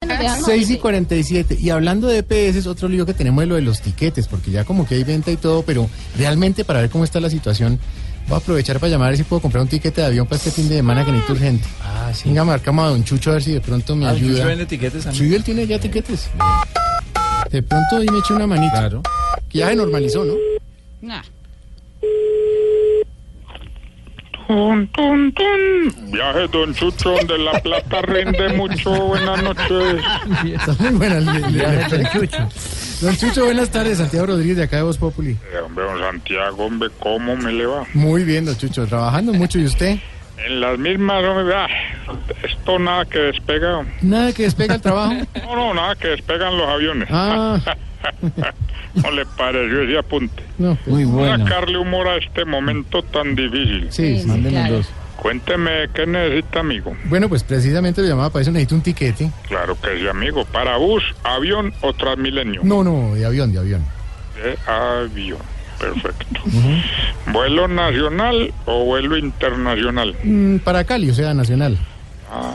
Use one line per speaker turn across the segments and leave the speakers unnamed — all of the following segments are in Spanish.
Sean
6 y
móviles.
47. Y hablando de EPS, es otro lío que tenemos es lo de los tiquetes, porque ya como que hay venta y todo, pero realmente para ver cómo está la situación, voy a aprovechar para llamar a ver si puedo comprar un tiquete de avión para este fin de semana que necesito urgente.
Ah, sí.
Venga, marcamos a Don Chucho a ver si de pronto me
Ah, ¿y usted
ayuda.
vende tiquetes también?
Sí, él tiene ya tiquetes. De pronto hoy me echa una manita.
Claro.
Que ya se normalizó, ¿no?
Nah.
Tun, tun, tun. Viaje Don Chucho, donde la plata rinde mucho. Buenas noches.
Está muy buena. le- le- don Chucho. Don Chucho, buenas tardes. Santiago Rodríguez de acá de Voz Populi.
Eh, hombre, don Santiago, hombre, ¿cómo me le va?
Muy bien, don Chucho. Trabajando mucho. ¿Y usted?
En las mismas, hombre, ah, esto nada que despega.
Nada que despega el trabajo.
No, no, nada que despegan los aviones.
Ah,
No le pareció ese apunte.
no.
Muy bueno.
Sacarle humor a este momento tan difícil.
Sí, sí.
Mándenos
Claro.
dos.
Cuénteme, ¿qué necesita, amigo?
Bueno, pues precisamente lo llamaba para eso. Necesito un tiquete.
Claro que sí, amigo. ¿Para bus, avión o transmilenio?
No, no, de avión, de avión.
De avión. Perfecto. ¿Vuelo nacional o vuelo internacional?
Mm, para Cali, o sea, nacional.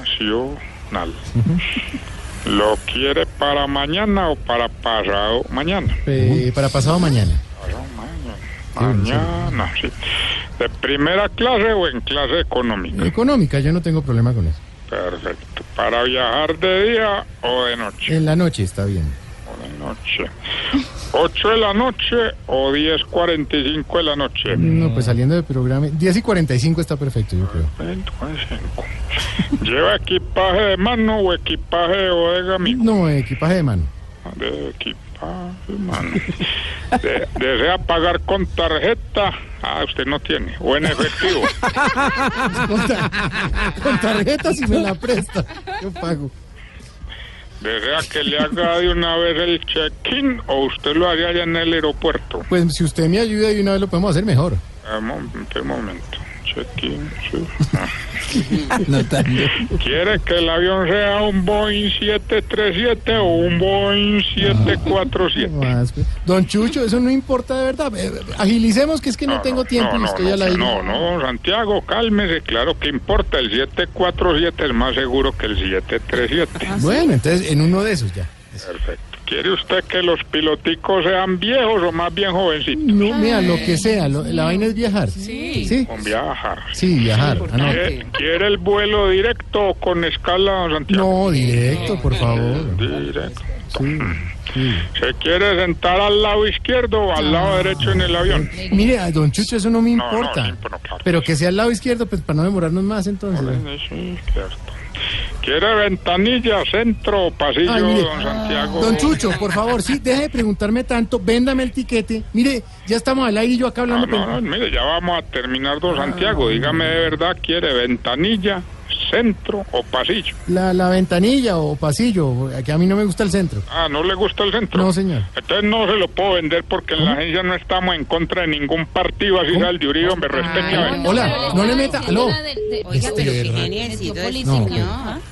Nacional. ¿Lo quiere para mañana o para pasado mañana?
Eh, para pasado mañana.
Pasado mañana. Mañana, sí. ¿De primera clase o en clase
Eh.
económica?
Económica, yo no tengo problema con eso.
Perfecto. ¿Para viajar de día o de noche?
En la noche está bien.
O de noche. ¿8 de la noche o 10.45 de la noche?
No, pues saliendo del programa. 10 y 45 está perfecto, yo creo.
25. ¿Lleva equipaje de mano o equipaje de bodega, amigo?
No, equipaje de mano.
De equipaje, mano. De- ¿Desea pagar con tarjeta? Ah, usted no tiene. ¿O en efectivo?
Con, tar- con tarjeta si me la presta. Yo pago.
¿Desea que le haga de una vez el check-in o usted lo haría allá en el aeropuerto?
Pues si usted me ayuda y una vez lo podemos hacer mejor.
Ah, mom- Un momento. Check-in, sí. Ah.
Notando.
¿Quiere que el avión sea un Boeing 737 o un Boeing 747?
Más, pues. Don Chucho, eso no importa de verdad. Eh, eh, Agilicemos que es que no, tengo tiempo
no,
y
no,
estoy
no,
a la
No, no, Santiago, cálmese, claro que importa. El 747 es más seguro que el 737.
Bueno, entonces en uno de esos ya.
Perfecto. ¿Quiere usted que los piloticos sean viejos o más bien jovencitos?
No, mira, lo que sea, lo- la vaina es viajar.
Sí.
Sí,
Con viajar.
sí viajar. Ah, no.
¿Quiere, quiere el vuelo directo o con escala, don Santiago?
No, directo, por favor.
Directo. Mm.
Sí, sí.
¿Se quiere sentar al lado izquierdo o al lado derecho en el avión?
Mire, a don Chucho, eso no me
No, no,
importa.
sí, pero claro.
Pero que sea al lado izquierdo, pues para no demorarnos más entonces.
Sí, cierto. ¿Quiere ventanilla, centro o pasillo,
Ay, mire.
don Santiago?
Don Chucho, por favor, sí, deje de preguntarme tanto, véndame el tiquete. Mire, ya estamos al aire y yo acá
No,
hablando.
Ah, no, no, Ah.
pero-
mire, ya vamos a terminar, don Santiago. Dígame de verdad, ¿quiere ventanilla, centro o pasillo?
La, la ventanilla o pasillo, que a mí no me gusta el centro.
Ah, ¿no le gusta el centro?
No, señor.
Entonces no se lo puedo vender porque en la agencia no estamos en contra de ningún partido, así sea el de Uribe, hombre, respete a
Hola, no le meta- aló.
Oiga,
Este,
pero
¿verdad?
qué genio, el político,
No. pues.
señor.